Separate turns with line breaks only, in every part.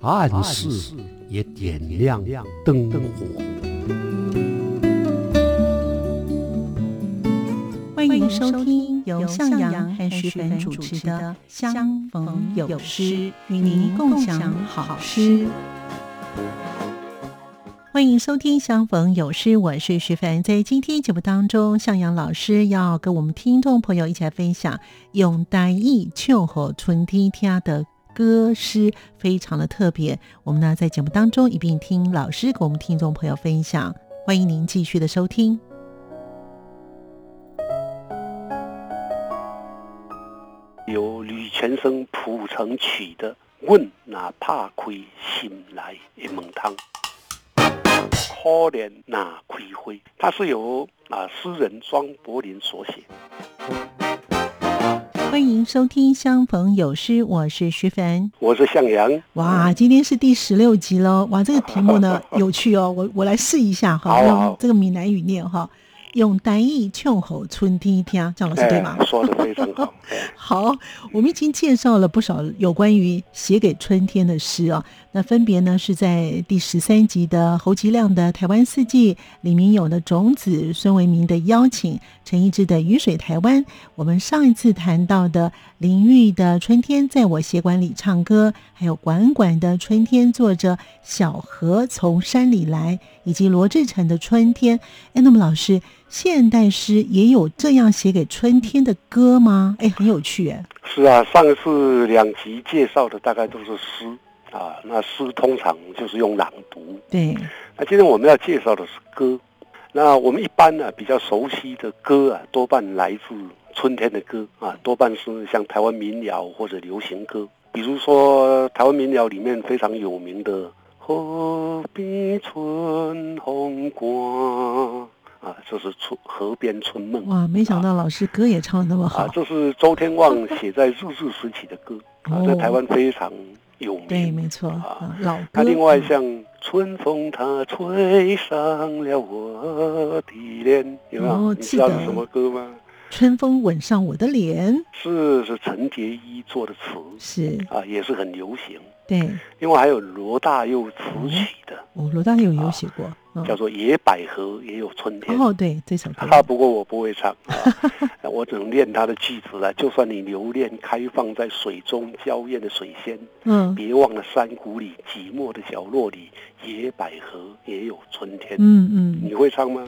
暗室也点亮灯火。
欢迎收听由向阳和徐凡主持的《相逢有诗》，与您共享好诗。欢迎收听《相逢有诗》，我是徐凡。在今天节目当中，向阳老师要跟我们听众朋友一起来分享用台语唱和春天听的歌诗，非常的特别。我们呢在节目当中一并听老师给我们听众朋友分享，欢迎您继续的收听。
由吕全生谱成曲的《阮若拍开心内的门窗》，可怜若开花，它是由啊诗人庄柏林所写。
欢迎收听《相逢有诗》，我是徐凡。
我是向阳，
哇，今天是第十六集喽！哇，这个题目 呢有趣哦，我我来试一下哈，
好啊
用这个闽南语念哈，用单语唱吼春天听，这样老师对吗？
哎说的非常好。 哎
好，我们已经介绍了不少有关于写给春天的诗啊。那分别呢是在第十三集的侯吉亮的《台湾四季》，李明友的《种子》，孙维民的《邀请》，陈奕之的《雨水台湾》。我们上一次谈到的林玉的《春天在我血管里唱歌》，还有管管的《春天》，作者小河从山里来，以及罗志诚的《春天》。哎，那么老师，现代诗也有这样写给春天的歌吗？哎，很有趣哎。
是啊，上一次两集介绍的大概都是诗啊，那诗通常就是用朗读。
对，
那今天啊我们要介绍的是歌。那我们一般呢、比较熟悉的歌啊，多半来自春天的歌啊，多半是像台湾民谣或者流行歌。比如说台湾民谣里面非常有名的“河边春风过”啊，这是春河边春梦
哇，没想到老师歌也唱的那么好。
啊，这是周天旺写在日治时期的歌啊，在
哦
台湾非常有名。
对，没错，
啊
啊、老歌。
那另外像春风它吹上了我的脸，有没有？
哦
你
记
知道
得
是什么歌吗？
春风吻上我的脸，
是是陈洁仪做的词
是
啊，也是很流行。
对，
另外还有罗大佑词曲的，
我罗大佑有写过，嗯
啊叫做《野百合也有春天》
哦，对，这首歌，
啊，不过我不会唱啊， 我只能念他的句子了。就算你留恋开放在水中娇艳的水仙，
嗯
别忘了山谷里寂寞的角落里，野百合也有春天。
嗯
你会唱吗？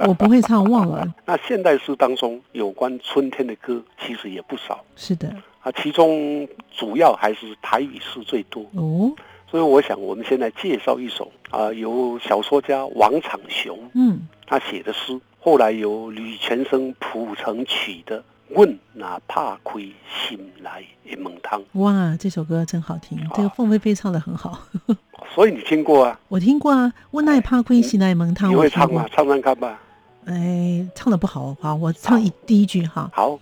嗯，我不会唱，忘了，
那现代诗当中有关春天的歌其实也不少
是的，
啊，其中主要还是台语诗最多。
哦，
所以我想，我们先来介绍一首啊，由小说家王长雄
嗯，
他写的诗，后来由吕全生谱成曲的《问哪怕亏心来的门汤
哇，这首歌真好听，这个
啊
凤飞飞唱的很好，》，
所以你听过啊？
我听过啊，我奈怕亏西奈蒙汤，
你
我
会
听
唱
过
吗？，唱唱看吧。
哎，唱的不好，好，我唱
哦
一第一句哈，
好，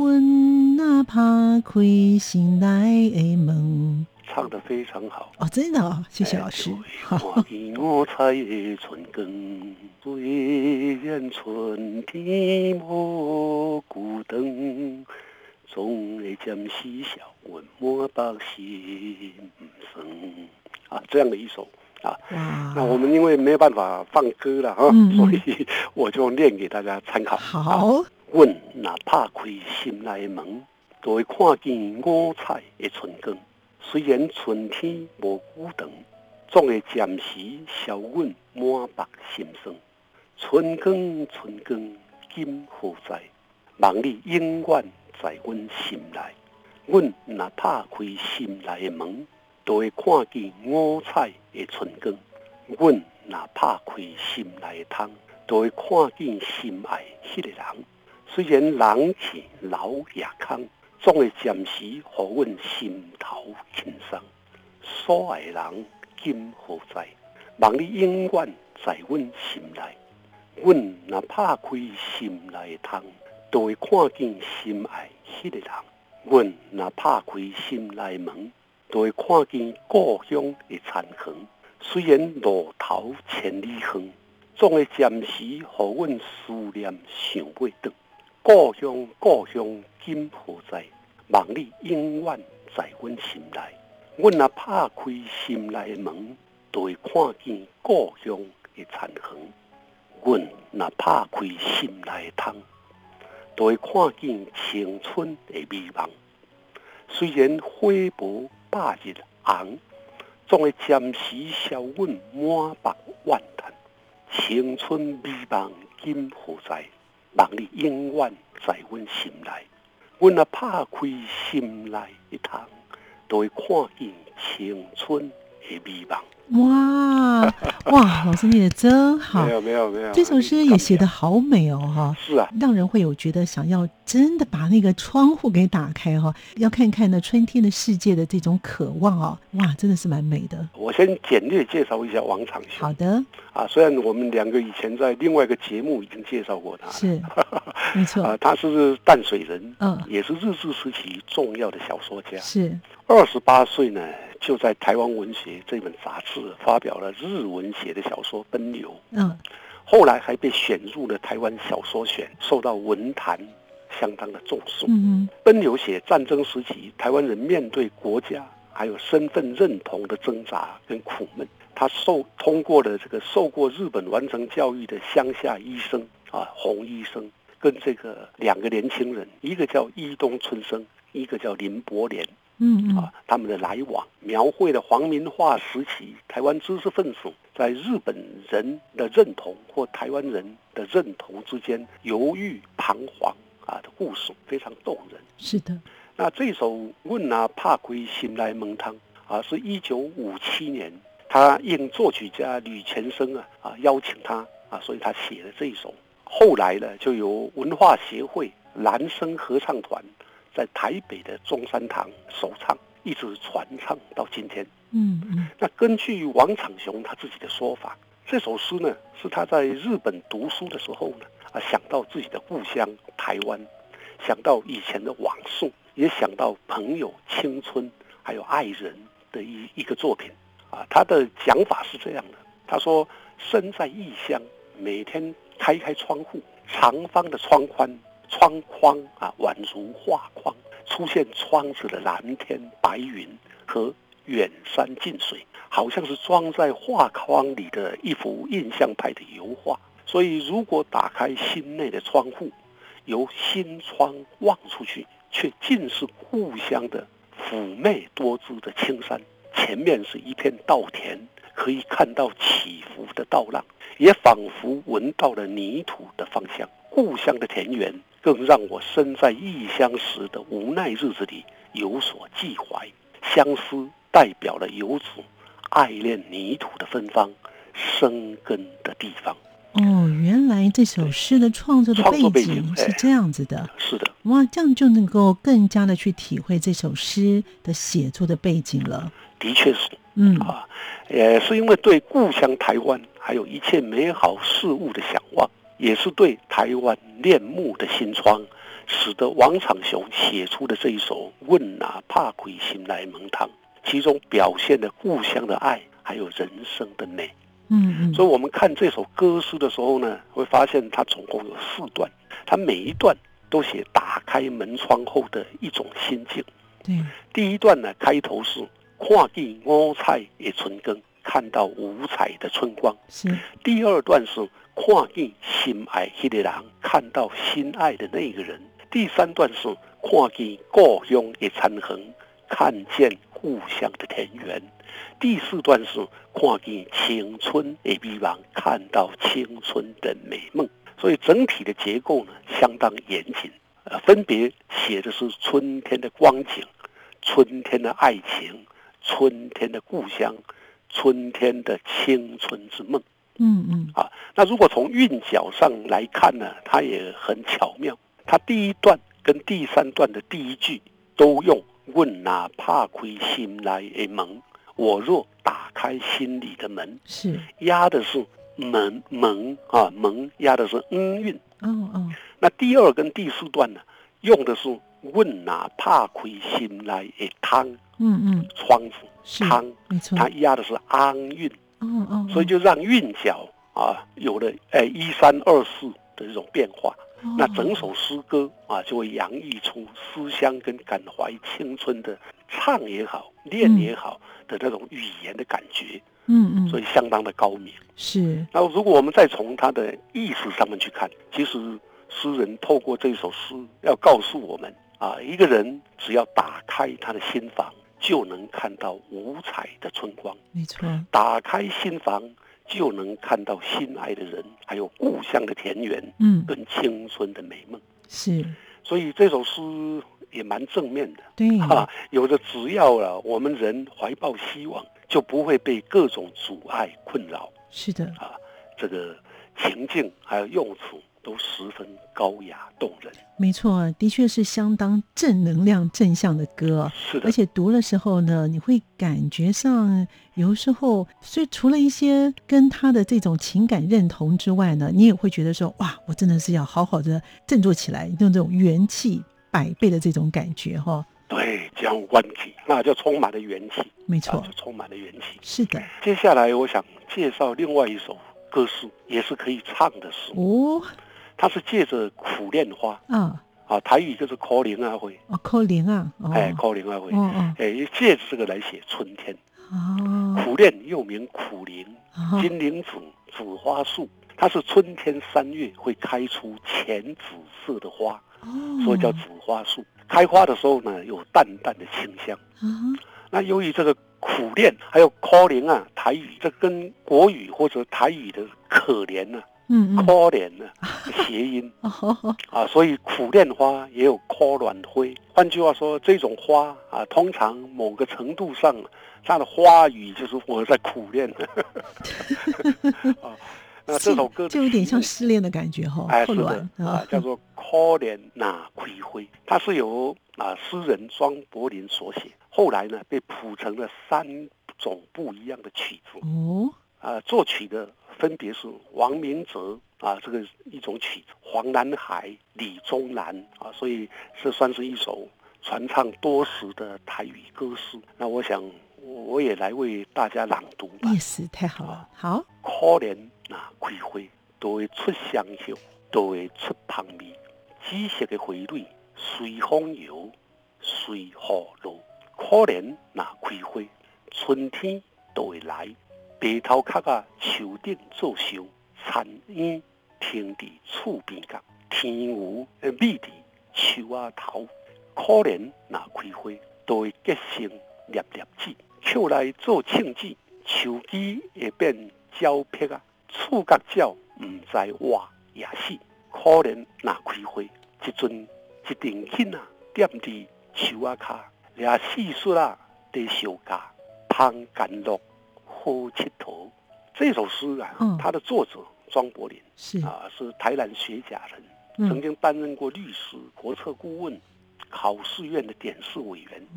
阮哪怕亏心内的门，
唱得非常好。
哦，真的哦，谢
哎
谢老师，好，
看见我采的春光，虽然春天无久长，总会暂时笑阮满腹心酸。 啊，这样的一首。
哇，
那我们因为没有办法放歌了哈，
嗯嗯
所以我就念给大家参考。啊，
好，
阮若拍开心内的门，就会看见五彩的春光。虽然春天无久长，总会暂时消阮满腹心酸。春光，春光，今何在？望你永远在阮心内。阮若拍开心内的门，就会看见五彩的春光。阮若拍开心内的窗，就会看见心爱迄个人。虽然人是老也空，总会暂时互阮心头轻松。所爱的人今何在？望你永远在阮心内。阮若拍开心内窗，就会看见心爱迄个人；阮若拍开心内门，就会看见故乡的残痕。虽然路途千里远，总会暂时互阮思念想袂断。故乡，故乡，今何在？望你永远在阮心内。阮若拍开心内门，就会看见故乡的残痕。阮若拍开心内窗，就会看见青春的美梦。虽然花无百日红，总会暂时消阮满腹怨叹。青春美梦今何在？望你永远在阮心内。阮若拍开心内的窗，就会看见青春的美梦。
哇哇，老师念的真好
没，有没有没有，
这首诗也写得好美哦，哈、
是啊，
让人会有觉得想要真的把那个窗户给打开哈、要看看呢春天的世界的这种渴望哦，哇，真的是蛮美的。
我先简略介绍一下王长
好
秀
的，
啊，虽然我们两个以前在另外一个节目已经介绍过他了，
是，没错
啊，，他是淡水人，
嗯
也是日治时期重要的小说家。
是
二十八岁呢，就在《台湾文学》这本杂志发表了日文写的小说《奔流》，
嗯，
后来还被选入了台湾小说选，受到文坛相当的重视。
嗯
奔流写战争时期台湾人面对国家还有身份认同的挣扎跟苦闷。他受通过了这个受过日本完成教育的乡下医生啊，洪医生跟这个两个年轻人，一个叫伊东春生，一个叫林伯莲
嗯嗯
啊，他们的来往描绘了皇民化时期台湾知识分子在日本人的认同或台湾人的认同之间犹豫彷徨啊的故事，非常动人。
是的，
那这首《问啊怕鬼心来蒙汤》啊，是一九五七年他应作曲家吕全生啊啊邀请他啊，所以他写了这一首。后来呢，就由文化协会男声合唱团在台北的中山堂首唱，一直传唱到今天。
嗯嗯
那根据王长雄他自己的说法，这首诗呢是他在日本读书的时候呢啊想到自己的故乡台湾，想到以前的往事，也想到朋友、青春还有爱人的一一个作品啊。他的讲法是这样的，他说身在异乡，每天开开窗户，长方的窗宽窗框啊，宛如画框，出现窗子的蓝天白云和远山近水，好像是装在画框里的一幅印象派的油画。所以，如果打开心内的窗户，由心窗望出去，却尽是故乡的妩媚多姿的青山。前面是一片稻田，可以看到起伏的稻浪，也仿佛闻到了泥土的芳香。故乡的田园，更让我身在异乡时的无奈日子里有所寄怀。相思代表了游子爱恋泥土的芬芳，生根的地方。
哦，原来这首诗的创作的
创作
背
背
景
景
是
哎
这样子的。
是的，
哇，这样就能够更加的去体会这首诗的写作的背景了。
的确是。
嗯，
啊，也是因为对故乡台湾还有一切美好事物的向往，也是对台湾恋慕的心窗，使得王长雄写出的这一首《问啊怕鬼心来蒙堂》，其中表现了故乡的爱，还有人生的美。
嗯
所
嗯，
以我们看这首歌诗的时候呢，会发现它总共有四段，它每一段都写打开门窗后的一种心境。
对，
第一段呢，开头是看见五彩的春光，看到五彩的春光。
是，
第二段是看见心爱迄个人，看到心爱的那个人。第三段是看见故乡的残痕，看见故乡的田园。第四段是看见青春的迷茫，看到青春的美梦。所以整体的结构呢，相当严谨。呃，分别写的是春天的光景、春天的爱情、春天的故乡、春天的青春之梦。
嗯嗯，
啊。那如果从韵脚上来看呢，它也很巧妙。它第一段跟第三段的第一哎句都用“问哪怕亏心来的门，我若打开心里的门，
是，
压的是门门啊门，压的是嗯韵。
嗯嗯，
那第二跟第四段呢，用的是问哪怕亏心来的汤
嗯嗯，
窗子
是，嗯
汤，
没错，
它压的是安韵，
嗯嗯，
所以就让韵脚啊有了哎一三二四的这种变化。
嗯
那整首诗歌啊，就会洋溢出思乡跟感怀青春的唱也好、念也好的那种语言的感觉，
嗯嗯，
所以相当的高明。
是，
那如果我们再从他的意思上面去看，其实诗人透过这首诗要告诉我们啊，一个人只要打开他的心房，就能看到五彩的春光；
没错，
打开心房，就能看到心爱的人，还有故乡的田园
嗯，
跟青春的美梦。
是
所以这首诗也蛮正面的
对，
哈、有的只要啊，我们人怀抱希望，就不会被各种阻碍困扰。
是的，
这个情境还有用处都十分高雅动人。
没错，的确是相当正能量、正向的歌哦。
是的
而，且读的时候呢，你会感觉上有时候，所以除了一些跟他的这种情感认同之外呢，你也会觉得说，哇，我真的是要好好的振作起来，用这种元气百倍的这种感觉哈、
对，讲无关体，那就充满了元气，
没
啊哎
错，
就充满了元气。
是的，
接下来我想介绍另外一首歌诗，也是可以唱的诗，
哦
它是借着苦恋花
啊，
啊，台语就是 c a l l i n 啊会，
哦，扣零啊，哦，
哎 c a l l i n 啊会
哦，哦
哎借着这个来写春天。
哦，
苦恋又名苦灵，
哦
金铃子、紫花树，它是春天三月会开出浅紫色的花。
嗯哦
所以
啊
叫紫花树。开花的时候呢，有淡淡的清香。
啊，
那由于这个苦恋还有 calling 啊，台语这跟国语或者台语的可怜啊呢、
嗯嗯，
可怜呢、啊谐音
哦，
啊，所以苦恋花也有 call 卵灰。换句话说，这种花啊，通常某个程度上，它的花语就是我在苦恋。啊，那这首歌的
就有点像
题目
失恋的感觉哈、
哎，
扣
是的
卵
啊，叫做《可怜那葵灰》，它是由啊诗人庄柏林所写，后来呢被谱成了三种不一样的曲子
哦，
啊，作曲的分别是王明哲啊，这个一种曲子，黄南海、李宗南啊，所以这算是一首传唱多时的台语歌诗。那我想我我也来为大家朗读吧。
意思太好了，好，
可怜那开花，都会出香叶，都会出芳味。紫色的花蕊随风摇，随雨落。可怜那开花，春天都会来。白头壳啊，树顶做秀，残烟停伫厝边角，天有呃美伫树啊头。可怜那开花，都会结成粒粒子，捡来做庆子，树枝会变胶片啊，触角鸟毋知活也死。可怜那开花，即阵一定囡仔踮伫树啊骹，掠四叔啊伫相架，芳甘露好佚佗。这首诗啊
嗯，
它的作者庄柏林
是，
啊是台南学甲人。曾
嗯，
经担任过律师、国策顾问、考试院的点试委员，
哦，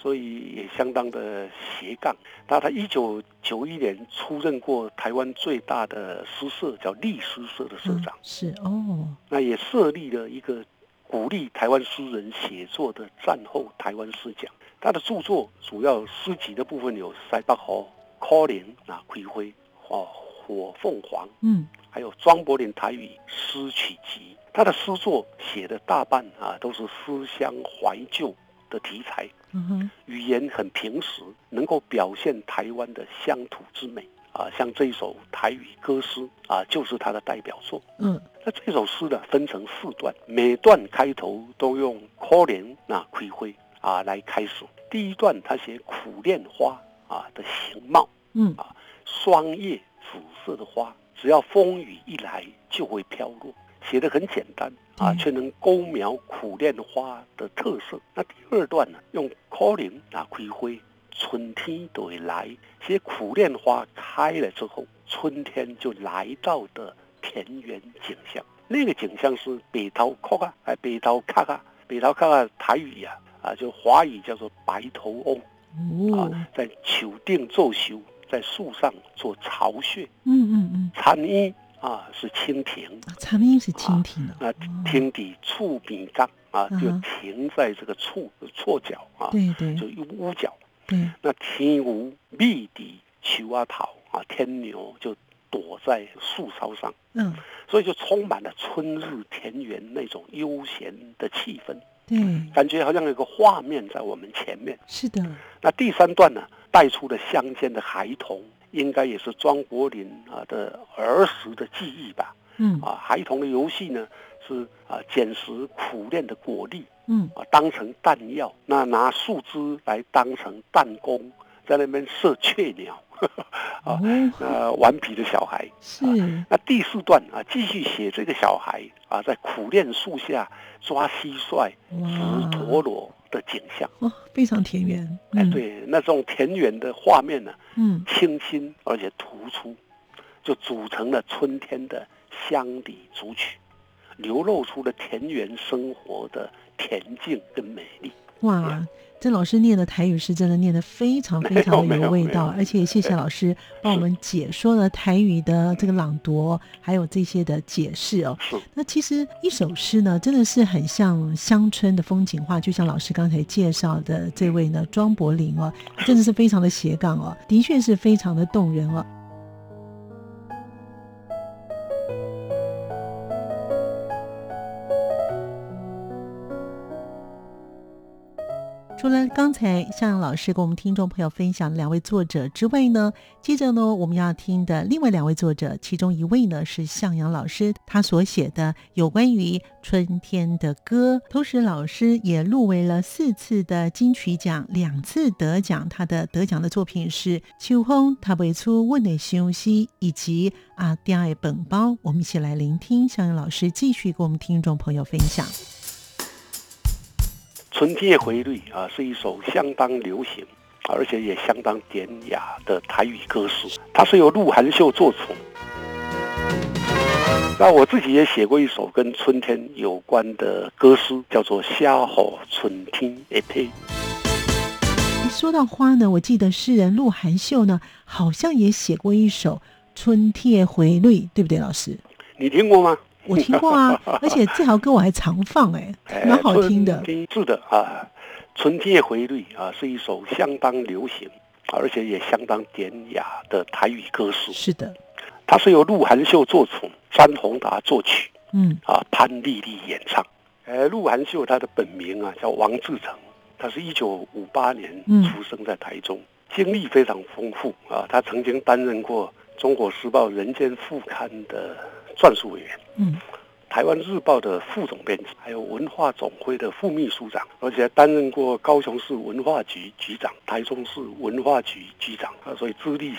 所以也相当的斜杠。那他一九九一年出任过台湾最大的诗社，叫立诗社的社
嗯
长，
是哦，
那也设立了一个鼓励台湾诗人写作的战后台湾诗奖。他的著作主要诗集的部分有《塞北河》《柯林》啊，《葵灰》哦，《火凤凰》
嗯，
还有庄柏林台语诗曲集，他的诗作写的大半啊都是思乡怀旧的题材，
嗯哼，
语言很平实，能够表现台湾的乡土之美啊。像这一首台语歌诗啊，就是他的代表作。
嗯，
那这首诗呢，分成四段，每段开头都用可怜那葵灰啊来开始。第一段他写苦恋花啊的形貌，
嗯，
霜叶紫色的花，只要风雨一来就会飘落。写的很简单啊，
对
却能勾描苦恋花的特色。那第二段呢，用 calling 啊，葵灰，春天都会来。写苦恋花开了之后，春天就来到的田园景象。那个景象是北头壳啊，哎，北头壳啊，北头壳啊，台语啊，啊，就华语叫做白头翁。
哦
啊，，在树顶做修，在树上做巢穴。
嗯嗯嗯，
蝉衣啊是蜻蜓，
啊长音是蜻蜓哦，
那停底触柄缸啊，
嗯
就
哼
停在这个触触角啊，
对对
就屋角。
对，
那天无密底求啊桃啊，天牛就躲在树梢上，
嗯
所以就充满了春日田园那种悠闲的气氛，
对，
感觉好像有个画面在我们前面。
是的，
那第三段呢，带出了乡间的孩童，应该也是庄国林啊的儿时的记忆吧。
嗯
啊，孩童的游戏呢是啊捡拾苦练的果粒
嗯
啊，当成弹药，那拿树枝来当成弹弓，在那边射雀鸟。啊
哦
呃，顽皮的小孩。
是
那第四段啊，继续写这个小孩啊，在苦练树下抓蟋蟀、
哇
直陀螺的景象。
哦，非常田园，
哎，
嗯
对，那种田园的画面呢、
嗯
清新而且突出，就组成了春天的乡里组曲，流露出了田园生活的恬静跟美丽。
哇。这老师念的台语诗真的念得非常非常的
没有没有
味
没有
道，而且也谢谢老师帮我们解说了台语的这个朗读，还有这些的解释哦。
是，
那其实一首诗呢，真的是很像乡村的风景画，就像老师刚才介绍的这位呢，庄柏林哦，真的是非常的斜杠哦，的确是非常的动人哦。除了刚才向老师跟我们听众朋友分享的两位作者之外呢，接着呢，我们要听的另外两位作者，其中一位呢是向阳老师，他所写的有关于春天的歌。同时，老师也入围了四次的金曲奖，两次得奖。他的得奖的作品是《秋风它未出问的休息》以及《阿爹的本包》。我们一起来聆听向阳老师继续跟我们听众朋友分享。
春天的回绿啊，是一首相当流行，啊而且也相当典雅的台语歌诗。它是由陆含秀作词。那我自己也写过一首跟春天有关的歌诗，叫做《虾吼春天的配》。
说到花呢，我记得诗人陆含秀呢，好像也写过一首《春帖回绿》，对不对，老师？
你听过吗？
我听过啊，而且这条歌我还常放、哎，蛮好听的
春。天是的啊，《春天的回绿》啊，是一首相当流行，啊而且也相当典雅的台语歌诗。
是的，
它是由陆含秀作词，詹宏达作曲，
嗯
啊，潘丽丽演唱。呃，陆含秀她的本名啊叫王志成，她是一九五八年
嗯
出生在台中，经历非常丰富啊。她曾经担任过《中国时报》《人间》副刊的撰述委员，
嗯，
台湾日报的副总编辑，还有文化总会的副秘书长，而且还担任过高雄市文化局局长、台中市文化局局长啊，所以资历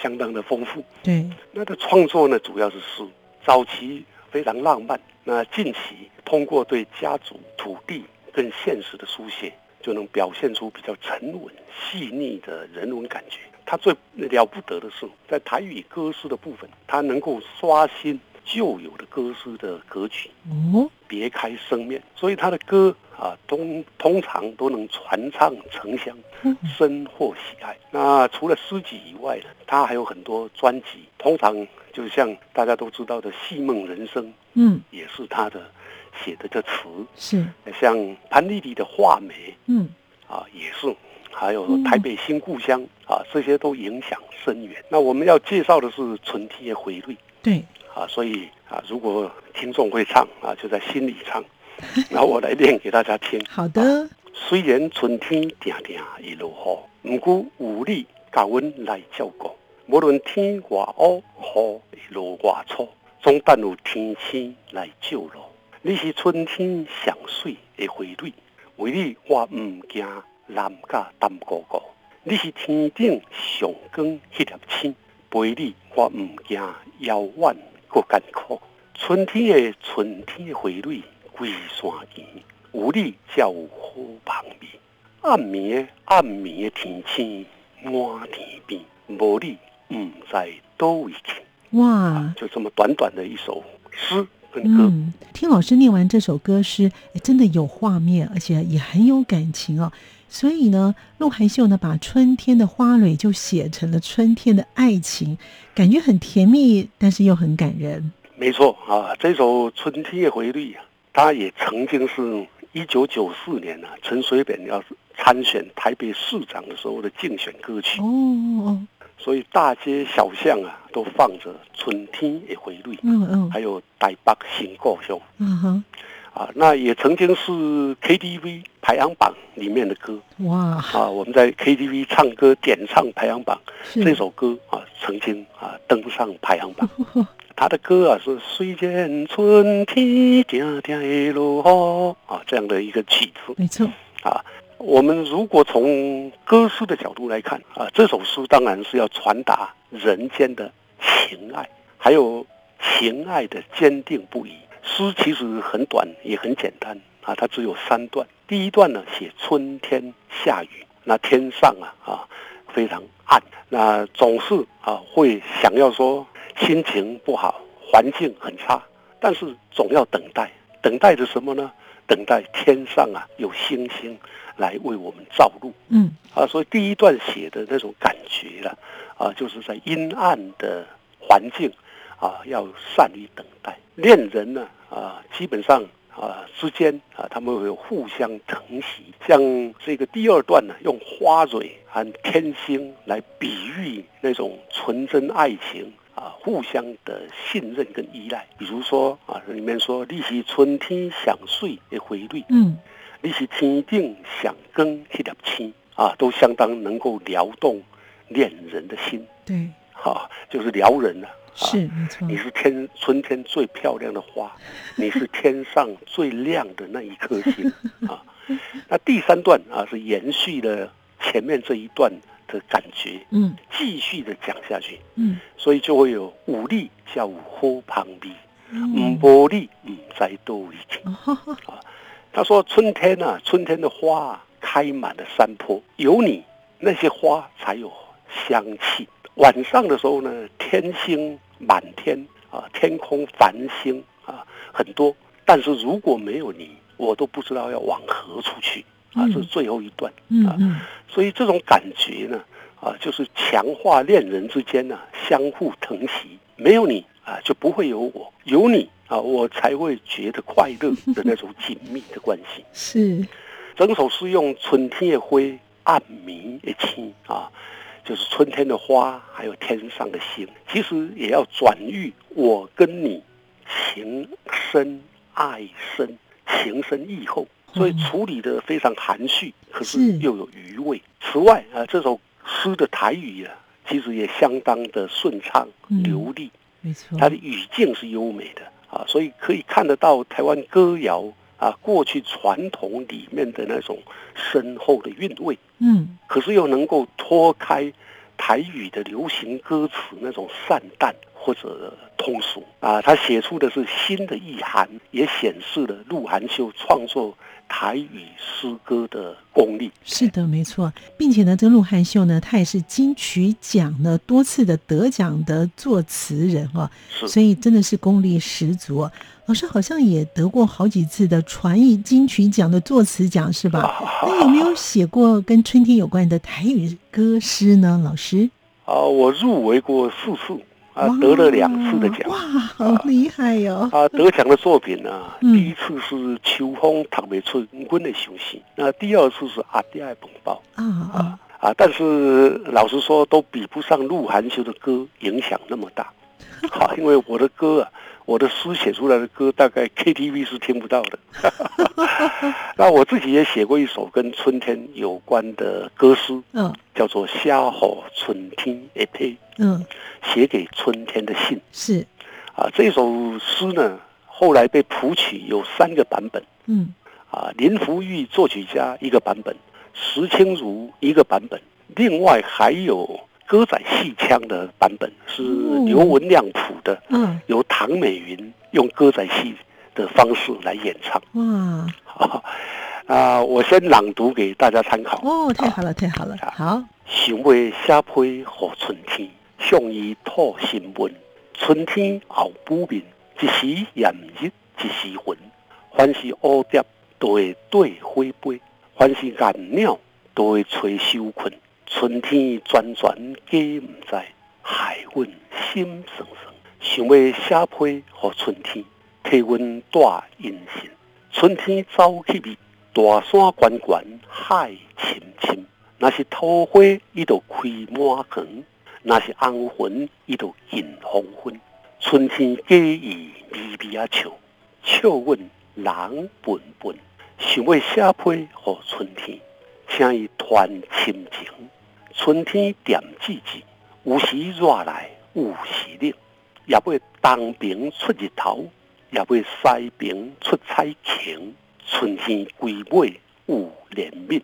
相当的丰富。
对，
那他的创作呢，主要是诗，早期非常浪漫，那近期通过对家族、土地跟现实的书写，就能表现出比较沉稳、细腻的人文感觉。他最了不得的是，在台语歌诗的部分，他能够刷新旧有的歌诗的格局，
哦，
别开生面，所以他的歌啊，通通常都能传唱成乡，
嗯
深获喜爱。那除了诗集以外呢，他还有很多专辑，通常就像大家都知道的《戏梦人生》
嗯，
也是他的写的这词，
是，
像潘丽丽的《画眉》
嗯
啊，也是，还有
嗯
台北新故乡啊，这些都影响深远。那我们要介绍的是《纯天的回绿》。
对，
啊，所以啊，如果听众会唱啊，就在心里唱，然后我来念给大家听。
好的，
虽然春天定定会落雨，毋过有你甲阮来照顾，无论天偌乌，雨会落偌粗，总等有天星来照路。你是春天上水的花蕊，为你我毋惊南甲淡糊糊。你是天顶上光迄粒星，陪你我毋惊遥远搁艰苦。春天的春天的花蕊，归山间，有你才有好香味。暗暝的暗暝的天星满天边，无你毋知倒位去。
哇，
啊就这么短短的一首诗跟歌，
嗯，听老师念完这首歌诗，哎真的有画面，而且也很有感情哦。所以呢，鹿晗秀呢把春天的花蕊就写成了春天的爱情，感觉很甜蜜，但是又很感人。
没错啊，这首《春天的回绿》啊，它也曾经是一九九四年呢、啊，陈水扁要参选台北市长的时候的竞选歌曲
哦，哦，
所以大街小巷啊都放着《春天的回绿》，
嗯嗯，
还有《台北新故乡》
嗯哼，
啊，那也曾经是 KTV 排行榜里面的歌
哇，
啊，我们在 KTV 唱歌点唱排行榜
是
这首歌啊，曾经啊登上排行榜。
哦
他的歌啊是“虽见春天，点点的落雨”啊这样的一个曲子
没错，
啊。我们如果从歌诗的角度来看啊，这首诗当然是要传达人间的情爱，还有情爱的坚定不移。诗其实很短，也很简单啊，它只有三段。第一段呢写春天下雨，那天上啊啊非常暗，那总是啊会想要说心情不好，环境很差，但是总要等待，等待着什么呢？等待天上啊有星星来为我们照路
嗯
啊。所以第一段写的那种感觉了啊就是在阴暗的环境啊，要善于等待。恋人呢啊，基本上。啊，之间啊，他们会有互相疼惜。像这个第二段呢，用花蕊和天星来比喻那种纯真爱情啊，互相的信任跟依赖。比如说啊，里面说“你是春天想睡的回绿”，
嗯，
你是天顶想更一粒星啊，都相当能够撩动恋人的心，
对，
哈、就是撩人了、啊。
是没错，
你是天春天最漂亮的花，你是天上最亮的那一颗星啊。那第三段啊，是延续了前面这一段的感觉，
嗯
继续的讲下去，
嗯
所以就会有五力叫五呼旁边，五
嗯，
波力五在都已经。
哦
他说：“春天啊，春天的花、啊、开满了山坡，有你，那些花才有香气。晚上的时候呢，天星满天啊，天空繁星啊很多，但是如果没有你，我都不知道要往何处去啊。
嗯
这是最后一段，
嗯嗯，
所以这种感觉呢，啊，就是强化恋人之间呢、相互疼惜。没有你啊，就不会有我；有你啊，我才会觉得快乐的那种紧密的关系。”
是
整首诗用春天的灰、暗明的青啊，就是春天的花，还有天上的星，其实也要转喻我跟你情深爱深，情深意厚，所以处理的非常含蓄，可是
是
又有余味。此外啊，这首诗的台语啊，其实也相当的顺畅
嗯
流利。
没错，
它的语境是优美的啊，所以可以看得到台湾歌谣啊过去传统里面的那种深厚的韵味，
嗯
可是又能够脱开台语的流行歌词那种散淡或者通俗啊，他写出的是新的意涵，也显示了陆含秀创作台语诗歌的功力。
是的，没错，并且呢，这个鹿晗秀呢，他也是金曲奖呢多次的得奖的作词人哦，
是
所以真的是功力十足、哦。老师好像也得过好几次的传艺金曲奖的作词奖，是吧？
啊
那有没有写过跟春天有关的台语歌诗呢？老师，
啊，我入围过四次啊
哇，
得了两次的奖。
哇，好厉害哟、
啊，得奖的作品呢、啊，
嗯
第一次是《秋风读不出阮的休息》，那第二次是《阿爹的捧包
啊啊，》
啊，但是老实说，都比不上鹿晗秀的歌影响那么大。好、因为我的歌啊，我的诗写出来的歌，大概 KTV 是听不到的。 那我自己也写过一首跟春天有关的歌诗，
嗯
叫做《虾吼春天的配》，
嗯，
写给春天的信。
是，
啊，这首诗呢，后来被谱曲有三个版本
嗯
啊，林福玉作曲家一个版本，石清如一个版本，另外还有歌仔戏腔的版本是
哦
刘文亮谱的，
嗯，
由唐美云用歌仔戏的方式来演唱。
哇，
啊，啊我先朗读给大家参考。
哦，太好了，太好了，
啊
好，
想要写批给春天，向伊吐新闻。春天后补面，一时炎热，一时云。凡是蝴蝶，都会对花飞；凡是雁鸟，都会找羞困。春天转转皆毋知，害阮心酸酸。想要写批互春天，替阮带音信。春天走去味，大山悬悬海深深。若是桃花，伊就开满园；若是红云，伊就映黄昏。春天假意微微啊笑，笑阮人笨笨。想要写批互春天，请伊传深情。春天点季节，有时热来，有时冷，也要东边出日头，也要西边出彩晴。春天归尾有怜悯，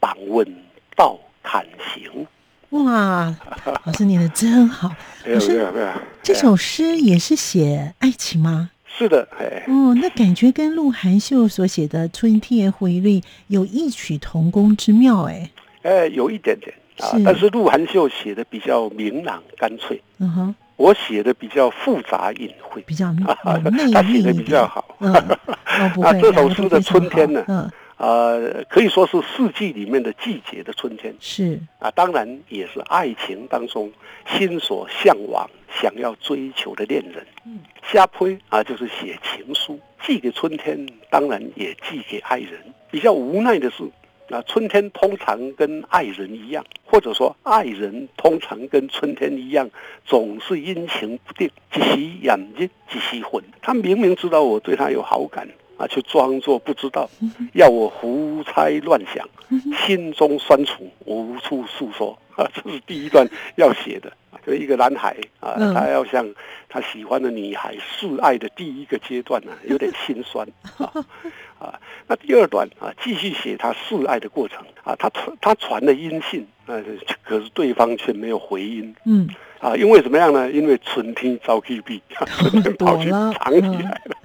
放阮到坎行。
哇，老师念的真好。
没有
可是
没有没有，
这首诗也是写爱情吗？
是的，哎，
哦，那感觉跟鹿晗秀所写的《春天回绿》有异曲同工之妙哎。
哎，有一点点啊
是，
但是鹿晗秀写的比较明朗干脆，
嗯哼，
我写的比较复杂隐晦。
比较 有
啊
内
他
敛
写得
一
比
点
较。好
嗯，哦不
啊
会，
这
两
首
个都
诗
非
的
常
春天
好
呢
嗯，
呃，可以说是四季里面的季节的春天
是
啊，当然也是爱情当中心所向往、想要追求的恋人。
嗯，
下坡啊，就是写情书，寄给春天，当然也寄给爱人。比较无奈的是，啊，春天通常跟爱人一样，或者说爱人通常跟春天一样，总是阴晴不定，一时眼睛一时魂。他明明知道我对他有好感。啊，却装作不知道，要我胡猜乱想，心中酸楚无处诉说啊！ 这是第一段要写的，就一个男孩啊，
嗯
他要向他喜欢的女孩示爱的第一个阶段呢、有点心酸啊啊。那第二段啊，继续写他示爱的过程啊，他传他传了音信，呃，可是对方却没有回音
嗯，
啊，因为怎么样呢？因为春天遭 K B，春天跑去藏起来了，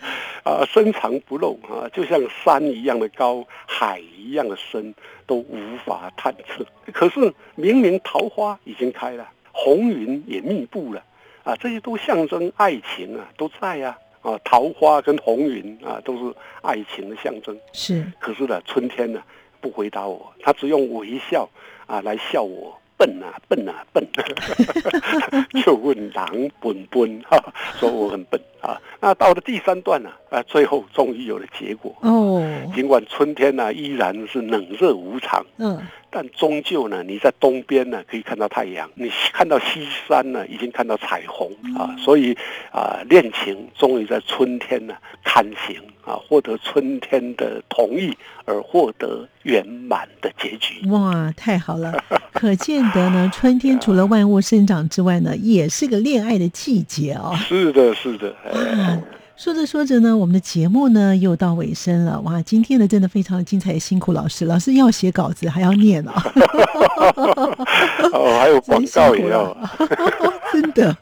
啊，深藏不露啊，就像山一样的高，海一样的深，都无法探测。可是明明桃花已经开了，红云也密布了，啊，这些都象征爱情啊，都在啊，啊，桃花跟红云啊，都是爱情的象征。
是
可是呢，春天呢不回答我，他只用微笑啊来笑我。笨啊笨啊笨，啊就问狼笨笨哈、啊，说我很笨啊。那到了第三段呢、啊，最后终于有了结果。
哦，
尽管春天呢、依然是冷热无常，
嗯，
但终究呢，你在东边呢可以看到太阳，你看到西山呢已经看到彩虹啊，所以啊，恋情终于在春天呢刊行啊，获得春天的同意而获得圆满的结局。
哇，太好了！可见得呢，春天除了万物生长之外呢，也是个恋爱的季节哦。
是的，是的，哎，
啊， 说着说着呢，我们的节目呢又到尾声了。哇，今天的真的非常精彩，辛苦老师，老师要写稿子还要念哦，
哦，还有广
真辛
告
苦
也要，
了， 真的，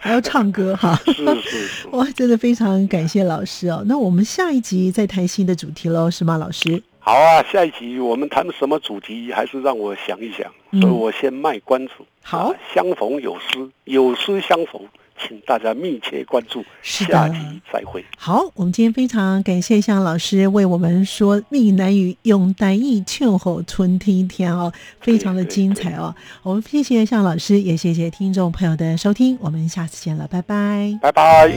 还要唱歌哈。
是是是，
哇，真的非常感谢老师哦。那我们下一集再谈新的主题喽，是吗，老师？
好啊，下一集我们谈什么主题，还是让我想一想，所以
嗯
我先卖关子。
好
啊，相逢有诗，有诗相逢，请大家密切关注，
是的
下集再会。
好，我们今天非常感谢向老师为我们说闽南语用台语唱吼春天天哦，非常的精彩哦。我们谢谢向老师，也谢谢听众朋友的收听，我们下次见了，拜拜。
拜拜。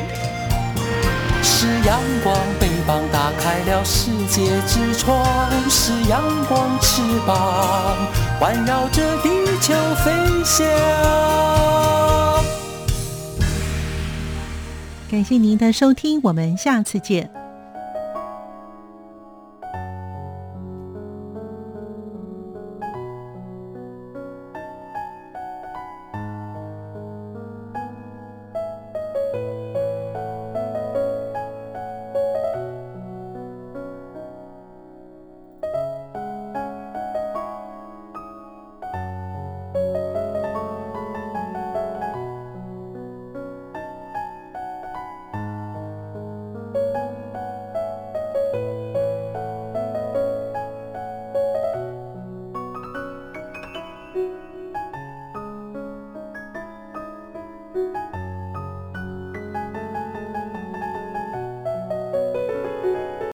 是阳光，翅膀打开了世界之窗；是阳光，翅膀环绕着地球飞翔。
感谢您的收听，我们下次见。